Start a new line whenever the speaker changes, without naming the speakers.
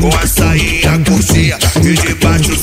com açaí, a coxinha e de baixo